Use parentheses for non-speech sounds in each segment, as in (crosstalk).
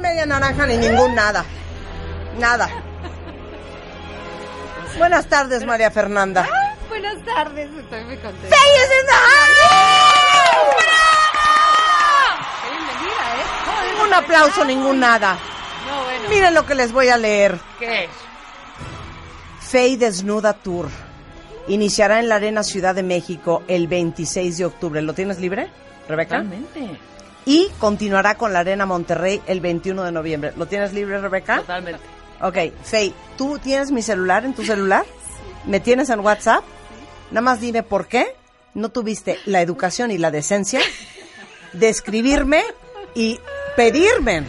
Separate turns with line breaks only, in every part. media naranja ni ningún nada. Nada. Buenas tardes, María Fernanda.
Ah, Buenas tardes, estoy muy contenta.
¡Feliz in the house!
Bienvenida, ¿eh? Joder,
Un aplauso, ningún nada.
No, bueno.
Miren lo que les voy a leer.
¿Qué es?
Fey Desnuda Tour. Iniciará en la Arena Ciudad de México el 26 de octubre. ¿Lo tienes libre, Rebeca?
Totalmente.
Y continuará con la Arena Monterrey el 21 de noviembre. ¿Lo tienes libre,
¿Ah?
Rebeca?
Totalmente.
Ok, Fey, ¿tú tienes mi celular en tu celular? ¿Me tienes en WhatsApp? Nada más dime por qué no tuviste la educación y la decencia de escribirme y pedirme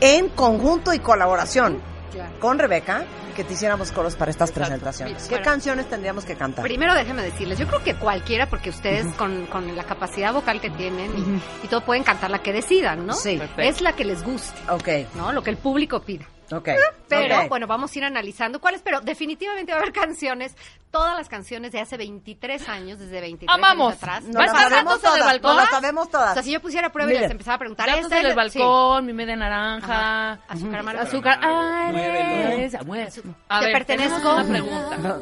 en conjunto y colaboración
Ya.
con Rebeca que te hiciéramos coros para estas presentaciones.
Mira,
¿Qué
bueno.
canciones tendríamos que cantar?
Primero déjenme decirles, yo creo que cualquiera, porque ustedes con, con la capacidad vocal que tienen y, y todo pueden cantar la que decidan, ¿no?
Sí.
Perfecto.
Es la que les guste,
Ok,
¿no? Lo que el público pida.
ok.
Pero
ok.
bueno, vamos a ir analizando cuáles, pero definitivamente va a haber canciones, todas las canciones de hace 23 años, desde 23
Amamos.
años atrás.
Nos
¿vas
las
pasando
sabemos
sobre
todas,
balcón?
nos las sabemos
O sea,
todas.
si yo pusiera prueba y les
Miren.
empezaba a preguntar,
Gatos
¿esta es
del
la- sí.
balcón, mi media
Ajá.
naranja.
Azúcar amargo.
Azúcar. Ah, eres-
Azúcar.
A
Te
ver,
pertenezco.
tenemos una pregunta.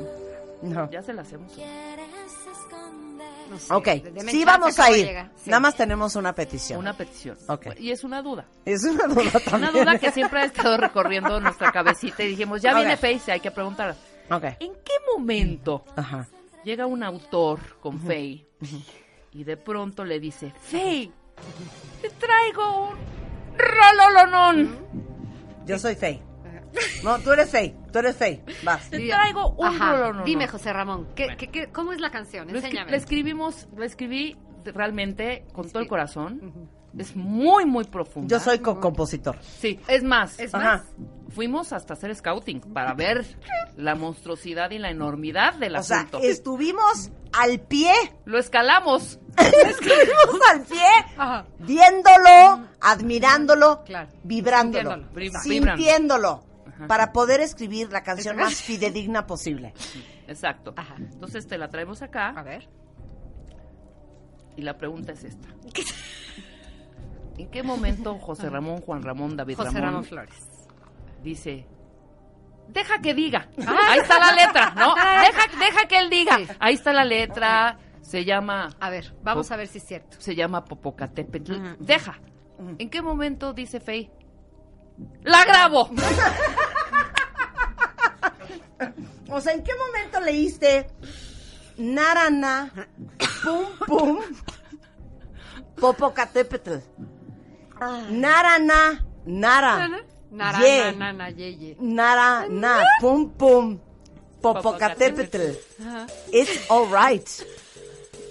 No.
Ya se la hacemos.
No sé,
Ok,
de- de
sí
mensaje
vamos a
acabo de
ir.
llegar. Sí.
Nada más tenemos una petición.
Una petición.
Ok.
Y es
(laughs)
una duda.
Es una duda también.
(laughs) Una duda que siempre ha estado recorriendo nuestra cabecita y dijimos, ya
Ok.
viene Face, hay que preguntar.
Ok.
¿En qué momento
Ajá.
llega un autor con Faye y de pronto le dice, Faye, te traigo un rololonón,
Yo soy Fey. No, tú eres Fey. Tú eres Fey. Vas.
te
Sí.
traigo un
Ajá,
rololonón.
Dime, José Ramón, ¿qué, qué- qué- cómo es la canción?
Lo, escri-
Enséñame.
lo escribimos, lo escribí realmente con todo el
Sí.
corazón. Es muy, muy profundo.
Yo soy co- compositor.
Sí, es más,
Es
Ajá.
más,
fuimos hasta hacer scouting para ver la monstruosidad y la enormidad del
O sea,
asunto.
estuvimos al pie.
Lo escalamos.
Estuvimos al pie.
Ajá.
Viéndolo, admirándolo,
Claro.
vibrándolo,
Sintiéndolo.
Vibra-
sintiéndolo,
Ajá.
para poder escribir la canción más fidedigna posible.
Exacto.
Ajá.
Entonces te la traemos
a
acá
ver.
y la pregunta es esta. ¿En qué momento José Ramón, Juan Ramón, David
José
Ramón,
Ramón Flores.
dice, deja que diga,
Ah.
ahí está la letra,
(laughs)
¿no? (laughs) Deja, deja que él diga,
Sí.
ahí está la letra, se llama,
A ver, vamos
Pop.
a ver si es cierto.
se llama Popocatépetl,
Ujú.
deja. ¿En qué momento dice Fey? ¡La grabo!
O sea, ¿en qué momento leíste Narana, Pum Pum, Popocatépetl? Ah. Narana, Nara,
Nara,
ye,
na, na, na, Ah. ye, ye.
Nara, Na, Pum Pum, Popocatépetl. It's alright.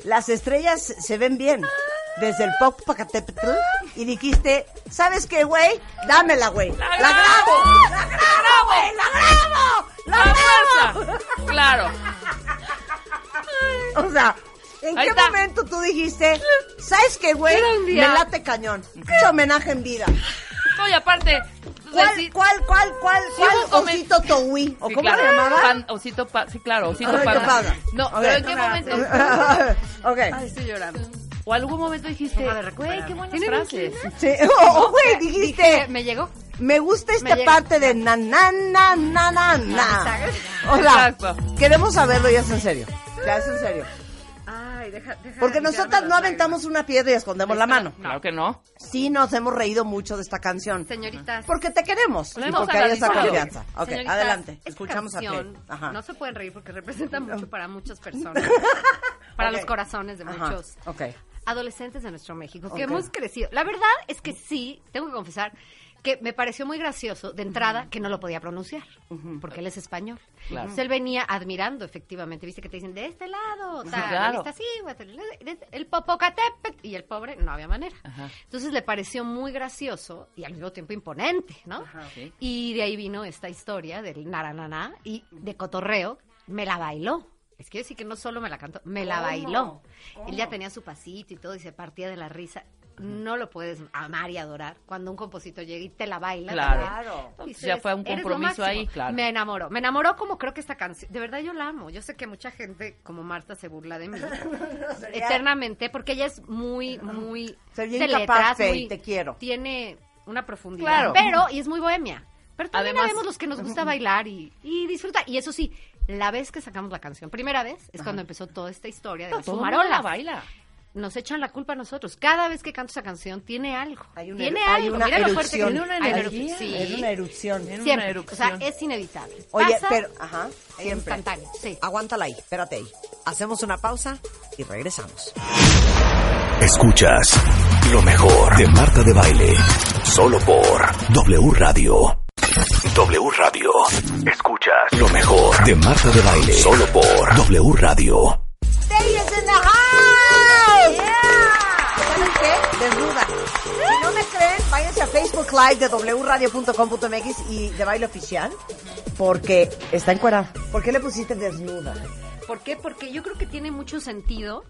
Las estrellas se ven bien desde el Popocatépetl y dijiste, ¿sabes qué, güey? Dámela, güey. ¡La grabo! ¡La grabo, güey! ¡La grabo! ¡La
¡A
grabo!
fuerza! ¡Claro!
O sea, ¿en
Ahí
qué
está.
momento tú dijiste, ¿sabes qué, güey?
Era un
Me
día.
late cañón. Mucho homenaje en vida.
No, y aparte...
¿Cuál,
deci-
cuál, cuál, cuál,
sí
cuál
hubo comen-
osito Towi? ¿O
Sí,
cómo
claro.
se llamaba?
Pan- osito pa- sí, claro, osito
Osito
panda.
panda.
No,
Ok.
pero ¿en qué momento?
(laughs) ok.
Estoy llorando.
O algún momento dijiste,
Deja de recuperarme.
güey, qué buenas
¿Tienen un
frases.
Sí. (laughs) O, o, güey, dijiste,
Eh, me llegó.
me gusta esta
llega.
parte de na, na, na, na, na, na. O sea,
Ah, Exacto. Ah,
queremos saberlo ya es en serio. Ya es en serio.
Ay, deja, deja.
Porque nosotras no aventamos una piedra y escondemos la mano.
Claro que Ah, no.
Sí nos hemos reído mucho de esta canción.
Señoritas.
Porque te queremos
Lo
y
hemos
porque hay esa
analizado.
confianza. Ok,
Señoritas,
adelante.
esta
Escuchamos a
canción,
Fey. Ajá.
No se pueden reír porque representa mucho para muchas
(laughs)
personas. para
Ok.
los corazones de
Ajá,
muchos
Ok.
adolescentes de nuestro México,
Ok.
que hemos crecido. La verdad es que sí, tengo que confesar que me pareció muy gracioso de entrada que no lo podía pronunciar, porque él es español.
Claro.
Entonces él venía admirando, efectivamente, viste que te dicen de este lado, tal,
claro.
está así, guatal- de- este, el Popocatépetl y el pobre no había manera.
Ajá.
Entonces le pareció muy gracioso y al mismo tiempo imponente, ¿no?
Sí.
Y de ahí vino esta historia del narananá y de cotorreo, me la bailó. Es que decir que no solo me la cantó, me la bailó. Él ya tenía su pasito y todo y se partía de la risa. No lo puedes amar y adorar cuando un compositor llega y te la baila.
Claro.
Dices,
Ya fue un
"Eres lo
compromiso
máximo".
ahí, claro.
Me enamoró. Me enamoró como creo que esta canción. De verdad yo la amo. Yo sé que mucha gente como Marta se burla
(laughs)
de mí. eternamente, porque ella es muy, muy.
Sería
de
incapaz,
letras,
Fey,
muy-
te quiero.
Tiene una profundidad.
Claro.
Pero, y es muy bohemia. Pero también
Además-
sabemos los que nos gusta bailar y, y disfrutar. Y eso sí, la vez que sacamos la canción, primera vez, es cuando empezó toda esta historia de las
Todo el mundo la
fumarolas.
baila.
Nos echan la culpa a nosotros. Cada vez que canto esa canción tiene algo.
Hay una,
tiene
eru-
algo.
hay una
Mira lo fuerte que
erupción.
tiene una energía.
energía.
Sí.
Es una erupción.
Tiene una
Siempre. O
erupción.
sea, es inevitable.
Oye,
Pasa
pero, ajá, siempre.
instantáneo. Sí.
Aguántala ahí, espérate ahí. Hacemos una pausa y regresamos.
Escuchas lo mejor de Marta de Baile. Solo por W Radio. W Radio. Escuchas lo mejor de Marta de Baile. Solo por W Radio.
¿Saben qué? Desnuda.
Si no me creen, váyanse a Facebook Live de wradio.com.mx y de baile oficial. Porque está encuerada. ¿Por qué le pusiste desnuda?
¿Por qué? Porque yo creo que tiene mucho sentido.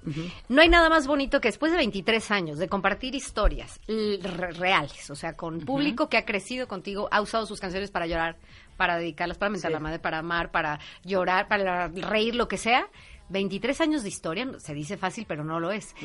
No hay nada más bonito que después de 23 años de compartir historias l- re- reales, o sea, con público que ha crecido contigo, ha usado sus canciones para llorar, para dedicarlas, para mentar la madre, para amar, para llorar, para reír, lo que sea. 23 años de historia, se dice fácil, pero no lo es.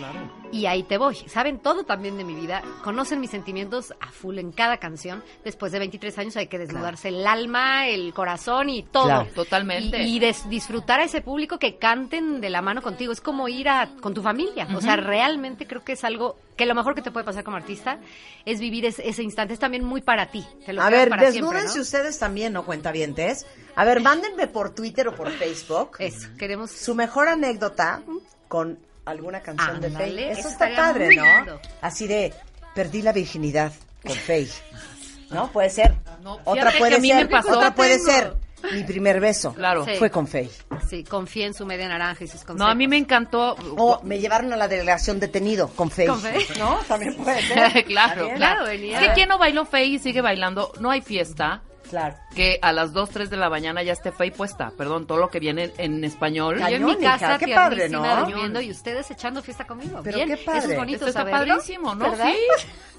Y ahí te voy. Saben todo también de mi vida, conocen mis sentimientos a full en cada canción. Después de 23 años hay que desnudarse el alma, el corazón y todo.
Claro.
Totalmente.
Y, y des- disfrutar a ese público que canten de la mano contigo. Es como ir a, con tu familia. O sea, realmente creo que es algo que lo mejor que te puede pasar como artista es vivir es- ese instante. Es también muy para ti. Te lo
A
quedas
ver,
para siempre,
desnúdense
¿no?
ustedes también, ¿no, cuentavientes? A ver, mándenme por Twitter o por Facebook
Eso, queremos...
su mejor anécdota con alguna canción de
Ándale,
Faye. Eso
eso
está
estaría
padre,
muy
¿no?
lindo.
Así de, perdí la virginidad con Faye. ¿No? Puede ser.
No, fíjate
otra
que
puede
a mí
ser.
me pasó.
Otra puede
Tengo.
ser. Mi primer beso.
Claro.
Sí.
Fue con Faye.
Sí, confía en su media naranja y sus consejos.
No, a mí me encantó.
O me llevaron a la delegación detenido con Faye.
Con Faye.
¿No? También
(laughs)
puede ser.
(laughs) claro,
También.
claro.
venía.
Es que quien no bailó Fey y sigue bailando, no hay fiesta
Claro.
que a las 2, 3 de la mañana ya esté Fey puesta. Perdón, todo lo que viene en español.
Yo en mi
Cañón, hija,
casa,
qué
qué
padre,
padre,
¿no?
durmiendo y ustedes echando fiesta conmigo.
Pero
Bien,
qué padre.
Eso es bonito
Esto está
saberlo,
padrísimo, ¿no?
¿verdad? (laughs)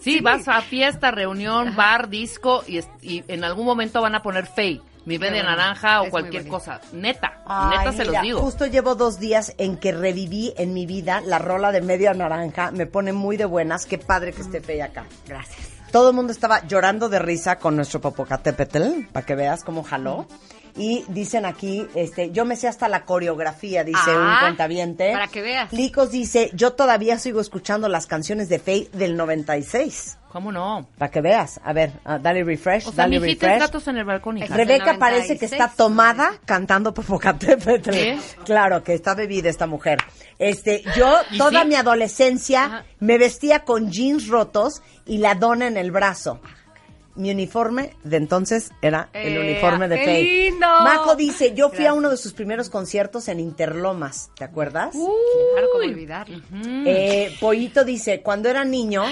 Sí. Sí, vas a fiesta, reunión, bar, disco y, es- y en algún momento van a poner Fey, mi bebé de
bueno.
naranja o
Es
cualquier
muy bonito.
cosa. Neta,
Ay,
neta se los
mira,
digo.
Justo llevo dos días en que reviví en mi vida la rola de media naranja. Me pone muy de buenas. Qué padre que esté Fey acá.
Gracias.
Todo el mundo estaba llorando de risa con nuestro Popocatépetl, para que veas cómo jaló. Y dicen aquí, este, yo me sé hasta la coreografía, dice
Ah,
un cuentaviente.
para que veas.
Licos dice, yo todavía sigo escuchando las canciones de Faye del 96.
¿Cómo no?
Para que veas. A ver, ah, dale refresh,
O sea, mi
dale
hijita es
refresh.
gatos en el balcón, hija.
Re-
Rebeca
96,
parece que está tomada cantando Popocatépetl.
¿Sí?
Claro, que está bebida esta mujer. Este, yo
¿Y
toda
sí?
mi adolescencia
Ajá.
me vestía con jeans rotos y la dona en el brazo. Mi uniforme de entonces era el
Eh,
uniforme de
qué
Faye.
lindo.
Majo dice, yo fui a
Gracias.
uno de sus primeros conciertos en Interlomas, ¿te acuerdas?
Claro, cómo olvidarlo.
Mm.
Eh, Pollito dice, cuando era niño,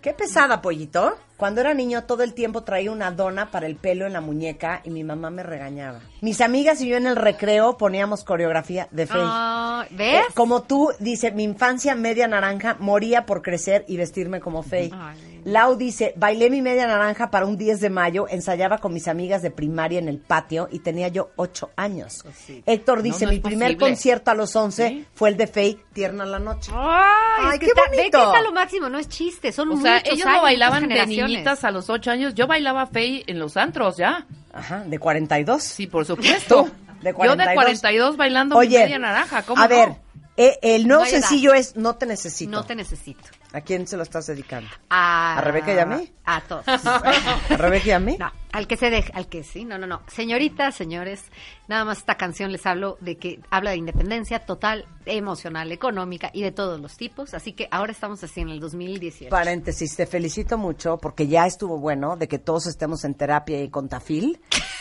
qué pesada, Pollito. Cuando era niño todo el tiempo traía una dona para el pelo en la muñeca y mi mamá me regañaba. Mis amigas y yo en el recreo poníamos coreografía de Faye.
Ah,
Eh,
¿Ves?
como tú, dice, mi infancia media naranja, moría por crecer y vestirme como Faye.
Ay.
Lau dice, bailé mi media naranja para un 10 de mayo, ensayaba con mis amigas de primaria en el patio y tenía yo 8 años. Héctor dice,
Pues no
mi
es
primer
posible.
concierto a los 11 fue el de Faye, Tierna la Noche.
Ay,
Ay,
es
qué
que está- ve
bonito.
que está lo máximo, no es chiste, son
O sea,
muchos
ellos
años,
no bailaban
muchas
de
generaciones.
niñitas a los ocho años. Yo bailaba Fey en los antros ya.
Ajá, de 42.
(laughs)
Sí, por supuesto.
De
Yo de
42.
42 bailando mi media naranja. ¿Cómo
a ver,
no?
eh, el nuevo
No hay edad.
sencillo es No te necesito.
No te necesito.
¿A quién se lo estás dedicando?
A,
¿A Rebeca y a mí?
A todos.
¿A Rebeca y a mí?
(laughs) No, al que se deje, al que sí, no, no, no. Señoritas, señores, nada más esta canción les hablo de que habla de independencia total, emocional, económica y de todos los tipos. Así que ahora estamos así en el 2018.
Paréntesis, te felicito mucho porque ya estuvo bueno de que todos estemos en terapia y con
(laughs)
Tafil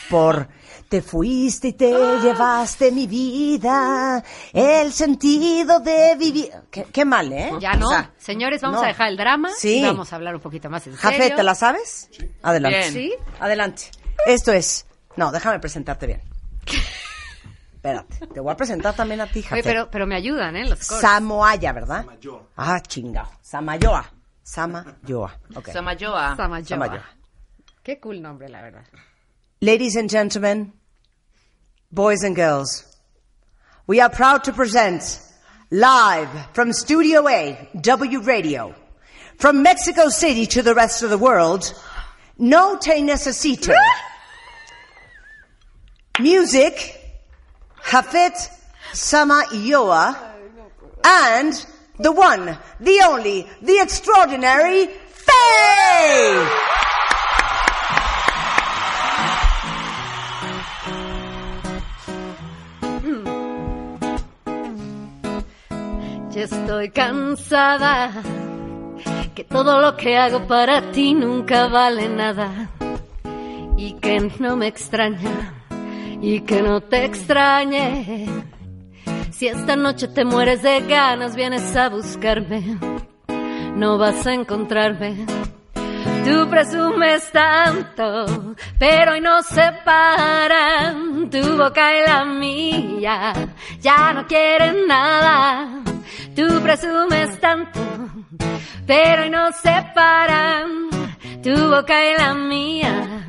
por te fuiste y
(gasps)
te llevaste mi vida, el sentido de vivir. Qué, qué mal, ¿eh?
ya no,
O sea,
señores, vamos
no.
a dejar el drama
Sí.
y vamos a hablar un poquito más en
Jafé,
serio.
¿te la sabes? Adelante.
Bien.
Sí.
Adelante. Esto es. No, déjame presentarte bien. Espérate, te voy a presentar también a ti, Jafé.
Oye, pero, pero me ayudan, ¿eh? Los coros.
Samoaya, ¿verdad? Ah, chingao. Samayoa. Samayoa. Ok.
Samayoa.
Samayoa.
Samayoa.
Qué cool nombre, la verdad.
Ladies and gentlemen, boys and girls, we are proud to present live from Studio A, W Radio, from Mexico City to the rest of the world, No te necesito. Music, Hafet Samayoa, and the one, the only, the extraordinary Faye!
Ya estoy cansada, que todo lo que hago para ti nunca vale nada y que no me extraña y que no te extrañe. Si esta noche te mueres de ganas, vienes a buscarme, no vas a encontrarme. Tú presumes tanto, pero hoy nos separan tu boca y la mía. Ya no quieren nada. Tú presumes tanto, pero hoy nos separan tu boca y la mía.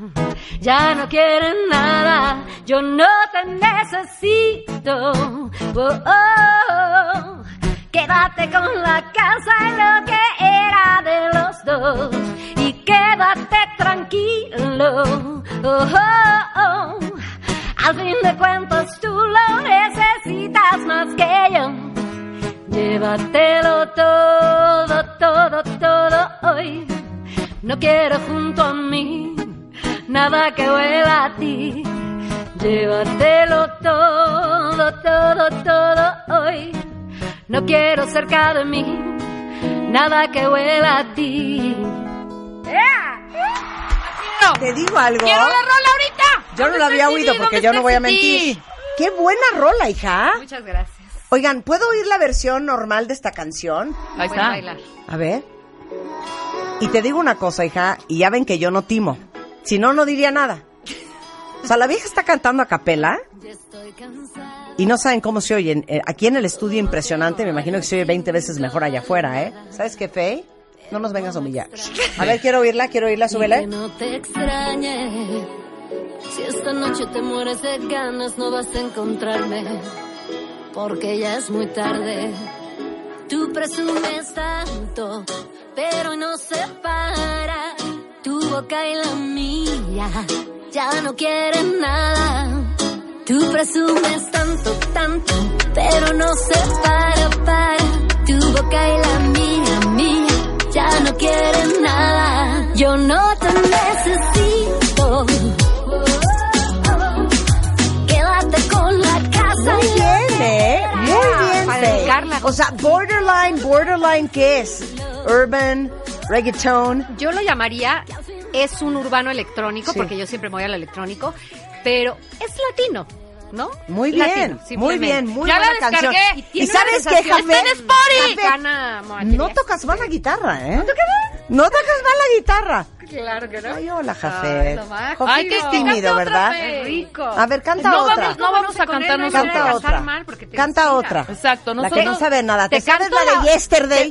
Ya no quieren nada. Yo no te necesito. Oh, oh, oh. Quédate con la casa y lo que era de los dos. Y quédate tranquilo. Oh, oh, oh. Al fin de cuentas tú lo necesitas más que yo. Llévatelo todo, todo, todo hoy. No quiero junto a mí nada que huela a ti. Llévatelo todo, todo, todo hoy. No quiero cerca de mí nada que huela a ti.
No.
Te digo algo.
¡Quiero la rola ahorita!
Yo no la había oído porque yo no voy a mentir. Qué buena rola, hija.
Muchas gracias.
Oigan, ¿puedo oír la versión normal de esta canción?
Ahí
Buen
está.
bailar.
A ver. Y te digo una cosa, hija, y ya ven que yo no timo. Si no, no diría nada. O sea, la vieja está cantando a capela y no saben cómo se oyen. Eh, Aquí en el estudio impresionante, me imagino que se oye 20 veces mejor allá afuera, ¿eh? ¿Sabes qué, Fey? No nos vengas a humillar. A ver, quiero oírla, quiero oírla, súbela.
Que no te extrañe. Si esta noche te mueres de ganas, no vas a encontrarme. Porque ya es muy tarde. Tú presumes tanto, pero no se para. Tu boca y la mía ya no quieren nada. Tú presumes tanto, tanto, pero no se para, para. Tu boca y la mía, mía, ya no quieren nada. Yo no te necesito. Quédate con la casa.
Muy
y la
bien, ¿eh? Muy bien,
Para
Fey.
dedicarla.
O sea, borderline, borderline, ¿qué es? Urban, reggaeton.
Yo lo llamaría, es un urbano electrónico,
Sí.
porque yo siempre me voy al electrónico, pero es latino, ¿no?
Muy bien,
Latino,
muy
simplemente.
bien, muy
Ya la
buena canción.
descargué.
¿Y,
tiene
sabes
una
qué,
sensación-
Jafet?
Está en Spotify.
Jafet,
Gana Moaquilé.
No tocas mal la guitarra, ¿eh? No tocas mal la guitarra.
Claro que no.
Ay, hola, Jafet.
lo más.
Jafet
Ay,
es
que que cante
tímido,
otra,
¿verdad?
Fe.
Rico.
A ver, canta
No
otra.
vamos- no vamos
Con
a
él
cantar
no hay
nosotros.
manera
canta
de cantar
otra.
mal porque te
Canta
inspira.
otra.
Exacto,
La que no
nosotros-
sabe nada. ¿Te,
te
sabes
canto
la de
la-
Yesterday?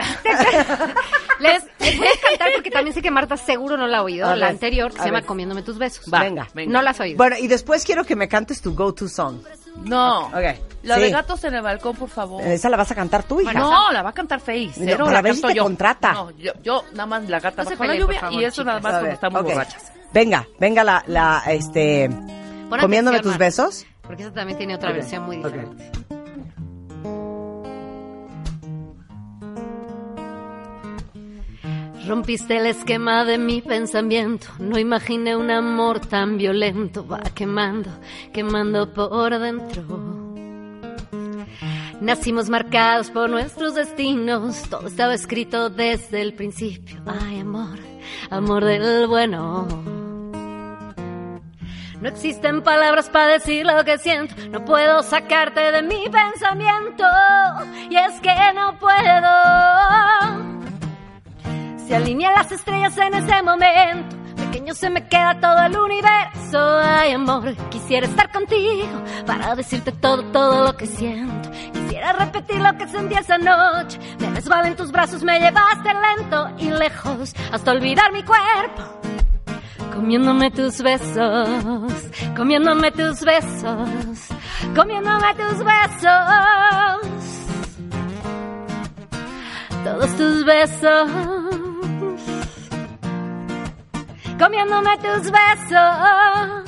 Les, les voy a cantar porque también sé que Marta seguro no la ha oído,
A
la
ver,
anterior, que
a
se llama
ver.
Comiéndome tus besos.
Va, venga.
venga.
No la has oído.
Bueno, y después quiero que me cantes tu go-to song.
No.
Ok,
La
sí.
de gatos en el balcón, por favor.
Esa la vas a cantar tú, hija.
Oh. no, la va a cantar Face.
No,
Cero,
para
la
ver si
canto
te
yo.
contrata.
No, yo, yo nada más la gata
No se
bajo la
peleen, por
lluvia
favor,
y eso nada
chicas.
más
A
cuando
ver,
estamos
ok.
borrachas.
Venga, venga la, la este,
Pon
comiéndome
atención,
tus
Marta,
besos.
Porque esa también tiene otra
Ok,
versión muy
ok.
diferente. Rompiste el esquema de mi pensamiento. No imaginé un amor tan violento. Va quemando, quemando por dentro. Nacimos marcados por nuestros destinos. Todo estaba escrito desde el principio. Ay, amor, amor del bueno. No existen palabras para decir lo que siento. No puedo sacarte de mi pensamiento. Y es que no puedo. Se alinean las estrellas en ese momento. Pequeño se me queda todo el universo. Ay, amor, quisiera estar contigo para decirte todo, todo lo que siento. Quisiera repetir lo que sentí esa noche. Me resbalé en tus brazos, me llevaste lento y lejos hasta olvidar mi cuerpo. Comiéndome tus besos, comiéndome tus besos, comiéndome tus besos. Todos tus besos.
comiéndome tus besos.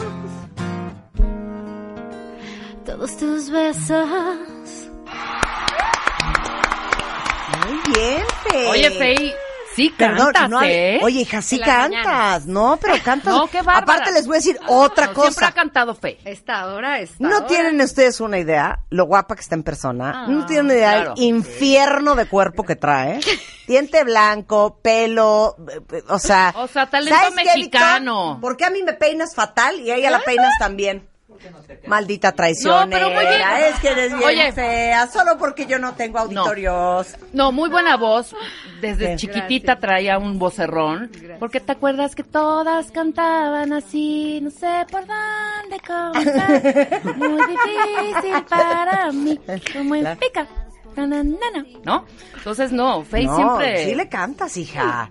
Todos tus besos.
Muy bien, Fey.
Oye, Fey, sí
Eh, Perdón,
cantas,
no,
¿eh?
oye, hija, sí
En las
cantas, no, pero cantas.
(laughs) No, qué bárbara. Ah,
Aparte les voy a decir otra
No, Siempre
cosa.
ha cantado Fey.
Esta hora está.
No tienen ustedes una idea lo guapa que está en persona. no tienen idea
Ah, claro.
el infierno de cuerpo que
(laughs)
trae. Diente blanco, pelo, eh, o sea.
O sea, talento
¿sabes qué, Víctor?
mexicano.
¿Por qué a mí me peinas fatal y a ella la peinas también? Maldita traición.
No, pero muy bien.
Es que eres bien
Oye.
fea, solo porque yo no tengo auditorios.
No, muy buena voz. Desde
Sí.
chiquitita traía un vocerrón. Porque te acuerdas que todas cantaban así, no sé por dónde comenzar. Muy difícil para mí. Como en
Claro.
pica. na, na, na, na. ¿No? Entonces, no, Faye
No,
siempre.
Sí le cantas, hija.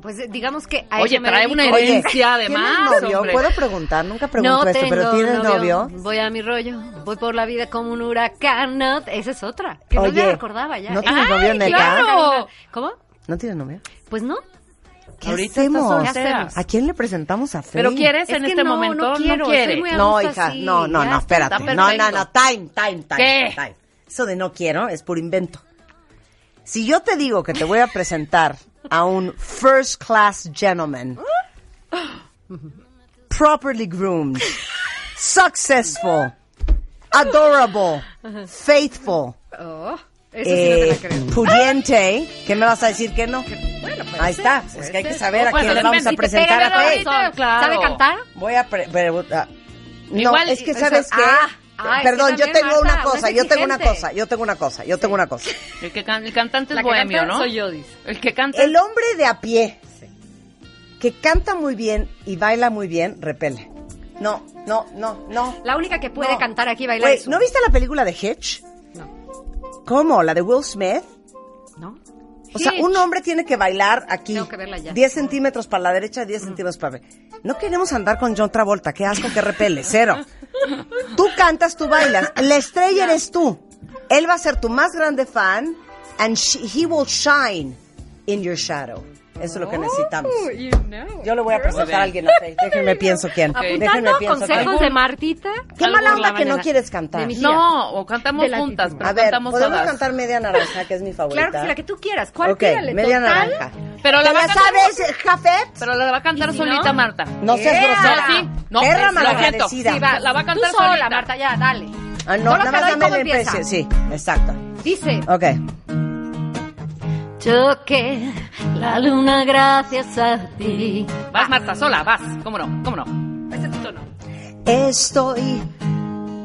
Pues eh, digamos que a
Oye,
eso me
trae
dedico.
una
Oye,
herencia además.
¿Tienes novio?
hombre.
Puedo preguntar, nunca pregunto
No
esto,
tengo
pero ¿tienes novio?
Voy a mi rollo. Voy por la vida como un huracán. No, esa es otra. Que no
Oye,
me recordaba ya.
¿no tienes
Ay,
novio, neta?
claro. ¿Cómo?
¿No tienes novio?
Pues no.
¿Qué
Ahorita
hacemos?
estás soltera.
¿A quién le presentamos a Fey?
Pero quieres
Es
en
que
este
no,
momento,
no quiero,
quiere.
estoy muy a-
No,
gusta
hija,
así,
no, no,
ya
no,
está,
espérate.
está
No, no,
perfecto.
no, time, time, time.
¿Qué?
time. Eso de no quiero es puro invento. Si yo te digo que te voy a presentar a un first class gentleman, properly groomed, successful, adorable, faithful,
Oh, eso sí no te la
eh,
creo.
pudiente, ¿qué me vas a decir que no? Ahí está, es que hay que saber a
Bueno,
quién le
depende,
pues,
vamos a
si te
presentar
pegan
a
ahorita,
Faith.
claro.
¿Sabe cantar?
Voy a pre- pero, ah, no,
Igual,
es que
o
sabes
sea,
qué.
ah, ah, es que
Perdón, yo
también,
tengo
Marta,
una
no es
cosa, yo tengo una
exigente.
cosa, yo tengo una cosa, yo tengo una
(laughs)
cosa.
El, que can- el cantante
La
es
que canta
bohemio, ¿no?
soy yo, dice.
El que canta.
El hombre de a pie que canta muy bien y baila muy bien repele. No, no, no, no.
La única que puede
No.
cantar aquí y bailar
Güey,
es
¿no
Sue.
viste la película de Hitch?
No.
¿Cómo? ¿La de Will Smith?
¿No?
O sea, un hombre tiene que bailar aquí.
Tengo que verla ya.
10 centímetros para la derecha, 10 centímetros para la No queremos andar con John Travolta. Qué asco, qué repele.
(laughs)
Cero. Tú cantas, tú bailas. La estrella eres tú. Él va a ser tu más grande fan. And sh- he will shine in your shadow. Eso es
Oh,
lo que necesitamos. Yo le voy a presentar a alguien a Faye.
(laughs)
Déjenme pienso quién. Déjenme pienso
Dando
quién.
consejos de Martita.
Qué
Algo
mala
por
onda
la
que no
mañana.
quieres cantar.
De mi gira.
No, o cantamos
De la
juntas,
actitud.
pero
A ver,
cantamos
podemos
todas.
cantar Media Naranja, que es mi favorita.
Claro que sí, la que tú quieras. ¿Cuál
Ok,
pídale?
Media
Total,
Naranja.
Pero la
¿Te
va a
la
cantar-
sabes, Jafet?
Pero la va a cantar solita Marta.
No seas
¡Ea!
grosera.
No, sí. No,
Perra
es- lo siento.
malagradecida.
Sí, va. La va a cantar
Tú sola,
solita.
Marta, ya, dale.
Ah, no, nada
Solo te
más
doy
dame
cómo
la
empieza.
impresión. Sí, exacto.
Dice,
Ok.
Toqué la luna gracias a ti.
Vas, Marta, sola, vas. ¿Cómo no? ¿Cómo no?
ese es tu tono.
Estoy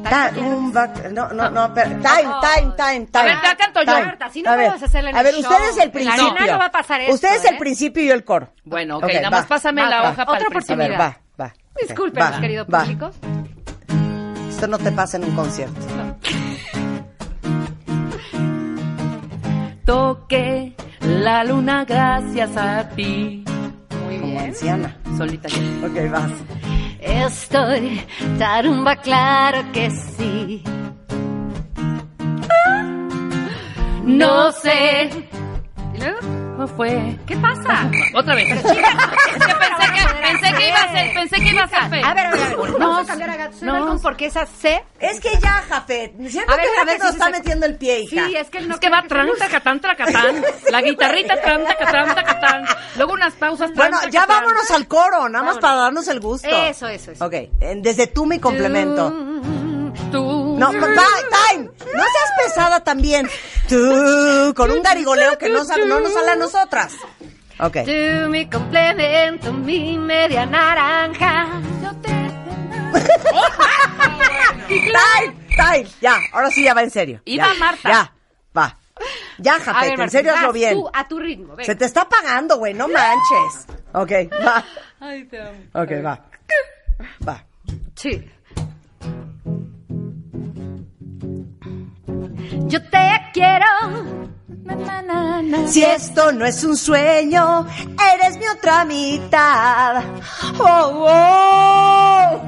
tan un vac- No, no, no, pero... Time, time, time, time.
A ver, te canto yo.
Time.
Marta, si no
a
me
ver,
vas a hacer en
a
el
ver,
show.
ustedes el
En la
principio.
arena no va a pasar esto,
Ustedes el
¿eh?
principio y yo el coro.
Bueno, ok,
Ok,
nada más
va.
pásame
Marta,
la hoja para
otra
el
A
principio.
ver,
oportunidad.
va, va. Ok,
Disculpen,
va,
querido
va.
público.
Esto no te pasa en un concierto.
(laughs) Toqué la luna gracias a ti.
Como anciana.
Solita yo.
Ok, vas.
Estoy tarumba, claro que sí.
No sé
¿Y luego?
cómo fue.
¿Qué pasa?
Otra vez. Es que pensé que, pensé que iba a ser, pensé que iba a ser fe.
A ver, a ver, a ver. Vamos a
No,
cambiar a Gatsu
no.
Balcón porque esa C.
Es que ya, Jafet. Siento
A ver,
que
a ver
Jafet nos
si
está
se-
metiendo el pie, hija.
Sí, es que él no
es que va tran, tacatán, tracatán. La guitarrita tran, tacatán, tracatán. Luego unas pausas tran,
Bueno, ya
tacatán.
vámonos al coro, nada más para darnos el gusto.
Eso, eso, eso.
Ok, en- desde tú mi complemento.
Tú.
No, pa- pa- time. No seas pesada también. Tú, con un darigoleo que no, sabe- no nos sale a nosotras. Ok.
Tú, mi complemento, mi media naranja.
Time, time. Ya, ahora sí ya va en serio.
Iba
Ya,
Marta.
Ya, va. Ya, Jafet, en serio hazlo
vas
bien.
Tú, a tu ritmo,
Se
ven.
te está pagando, güey, no manches. Ok, va.
Ay, te amo.
Ok, va. Va.
Sí. Yo te quiero. Na, na, na, na.
Si esto no es un sueño, eres mi otra mitad. Oh, oh.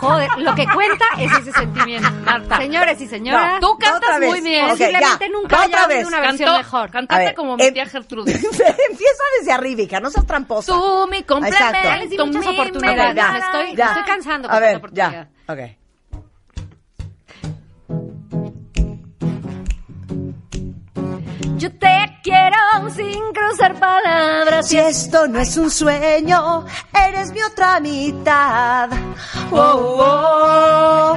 Joder, lo que cuenta es ese sentimiento.
Marta.
Señores y señoras,
Tú cantas
otra vez.
muy bien.
Ok, ya.
posiblemente nunca
Otra
haya habido
vez.
una versión
Cantó-
mejor.
A
Cantaste
ver,
como mi
em-
tía
(laughs)
Gertrude.
Empieza desde arriba, hija, no seas tramposa.
Tú, mi complemento.
Exacto. Ya les
di muchas
mi
oportunidades,
medalla.
me estoy-
ya.
cansando
A
con
ver,
tanta
ya. Ok.
Yo te quiero sin cruzar palabras.
Si esto no es un sueño, eres mi otra mitad. Oh, oh,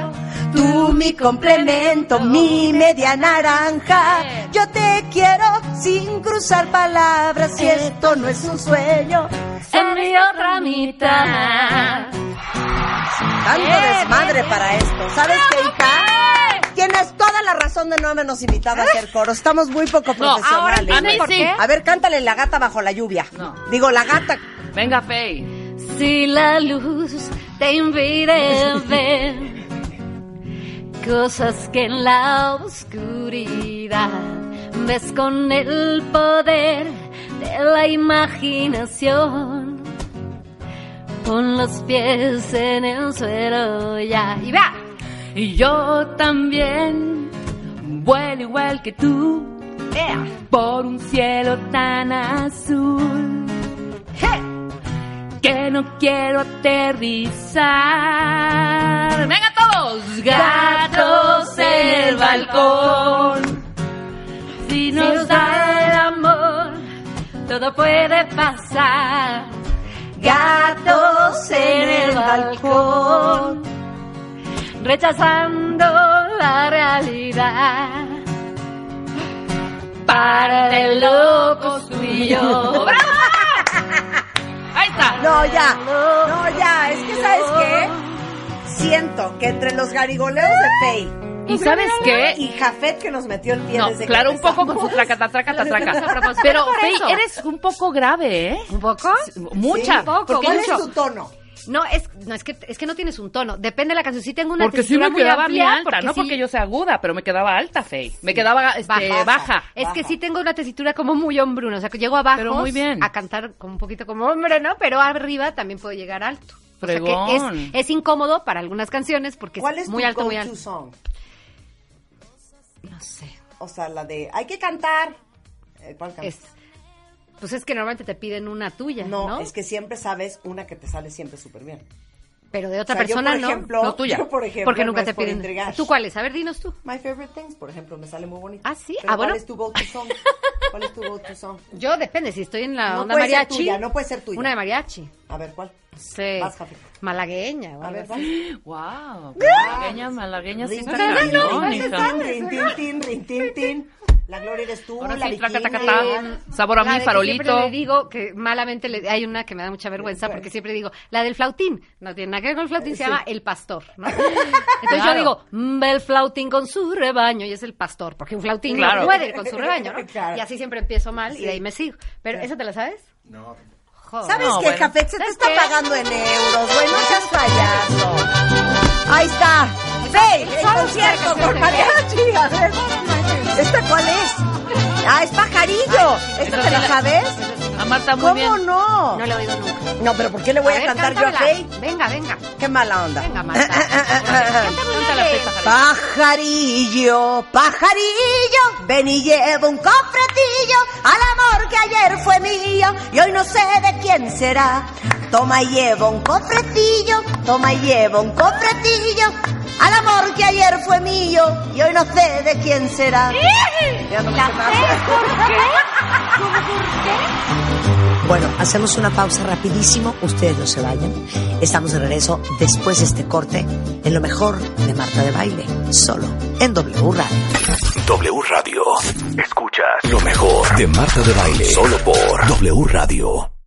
tú mi complemento, mi media naranja. Yo te quiero sin cruzar palabras. Si esto no es un sueño,
En mi otra mitad.
tanto
Eh,
desmadre para esto. ¿Sabes qué, hija? Tienes toda la razón de no habernos invitado a hacer coro. Estamos muy poco
ahora
profesionales.
entiendo por qué.
A ver, cántale la gata bajo la lluvia.
No.
Digo, la gata.
Venga, Fey.
Si la luz te impide ver cosas que en la oscuridad ves con el poder de la imaginación. Pon los pies en el suelo ya. Y vea,
Y yo también vuelo igual que tú. Por un cielo tan azul. Que no quiero aterrizar. Venga todos, gatos en el balcón. Si
si nos
nos
da
da
el amor, todo puede pasar. Gatos en el balcón, rechazando la realidad. Para de locos tú
(laughs)
y yo.
Ahí está.
No, ya. No, ya. Es que, ¿sabes qué? Siento que entre los garigoleos de Fey
¿Y sabes qué?
y Jafet que nos metió el pie
No,
desde que
claro, un poco
empezamos.
con su traca, traca,
A
(laughs)
traca.
propósito,
Pero,
por
Fey,
eso.
eres un poco grave, ¿eh?
¿Un poco?
Mucha.
Sí, porque ¿Cuál es
mucho.
tu tono?
No, es, no es, que, es que no tienes un tono. Depende de la canción. Si tengo una
Porque sí
tesitura
me
muy
quedaba
amplia,
bien alta, no
sí-
porque yo sea aguda, pero me quedaba alta, Fey. Me quedaba este, baja.
Es que
baja.
sí tengo una tesitura como muy hombruna, o sea, que llego abajo
Pero muy bien.
a cantar como un poquito como hombre, ¿no? Pero arriba también puedo llegar alto. O sea, que
Fregón.
es, es incómodo para algunas canciones porque
¿Cuál es
muy
tu
alto, muy
go-to
alto.
song?
No sé.
O sea, la de hay que cantar. Eh, ¿Cuál cantas?
Es, pues es que normalmente te piden una tuya,
no,
¿no?
es que siempre sabes una que te sale siempre súper bien.
Pero de otra
O sea, yo,
persona
por
no.
ejemplo,
no tuya.
yo, por ejemplo,
porque
no
nunca
es
te
por
piden.
intrigar.
¿Tú cuáles? A ver, dinos tú.
My Favorite Things, por ejemplo, me sale muy bonito.
¿Ah, sí?
Pero
Ah, bueno.
¿Cuál es tu go-to song? ¿Cuál es tu go-to song?
Yo depende, si estoy en la
No
onda
puede ser
mariachi.
tuya, no puede ser tuya.
Una de mariachi.
A ver, ¿cuál?
Sí.
Vas, Jafi.
Malagueña. o
A
algo
ver,
así.
¿cuál?
Wow, malagueña, malagueña, sí está cañón,
Tin,
hija.
tin, tin, tin, rin, tin, tin. La gloria eres tú,
Ahora
la
sí, traca,
bikini.
taca, taca. Sabor a
La
mí,
de que
farolito.
Siempre le digo que malamente le- hay una que me da mucha vergüenza porque siempre digo la del flautín. No tiene nada que ver con el flautín, se llama el pastor.
(laughs)
¿no? Entonces yo
Claro.
digo "Mm, el flautín con su rebaño y es el pastor porque un flautín
Claro.
no puede ir con su rebaño, ¿no?
Claro.
Y así siempre empiezo mal y de ahí me sigo. Pero ¿esa te la sabes? No.
¿Sabes
No,
qué,
bueno.
Jafet? Se te
¿Sabes
está
qué?
pagando en euros, güey. No seas payaso. Ahí está. Ve, el
solo
concierto
quiere que
con
se
mariachi. A ver. ¿Esta cuál es? Ah, es pajarillo. ¿Esta
esa
te
sí
la
la-
sabes?
A Marta muy
¿Cómo
bien.
no?
No la he oído nunca.
No, pero ¿por qué le voy a,
ver,
cantar yo a
cántamela.
Faye?
Venga, venga.
Qué mala onda. (laughs)
Venga, Marta. Cántame una
Cántala,
de-
Fey, pajarito.
Pajarillo, pajarillo, ven y lleva un cofretillo al amor que ayer fue mío y hoy no sé de quién será. Toma y lleva un cofretillo, toma y lleva un cofretillo al amor que ayer fue mío y hoy no sé de quién será. Ya no me sé más.
Bueno, hacemos una pausa rapidísimo. Ustedes no se vayan. Estamos de regreso después de este corte en lo mejor de Marta de Baile. Solo en W Radio.
W Radio. Escuchas lo mejor de Marta de Baile. Solo por W Radio.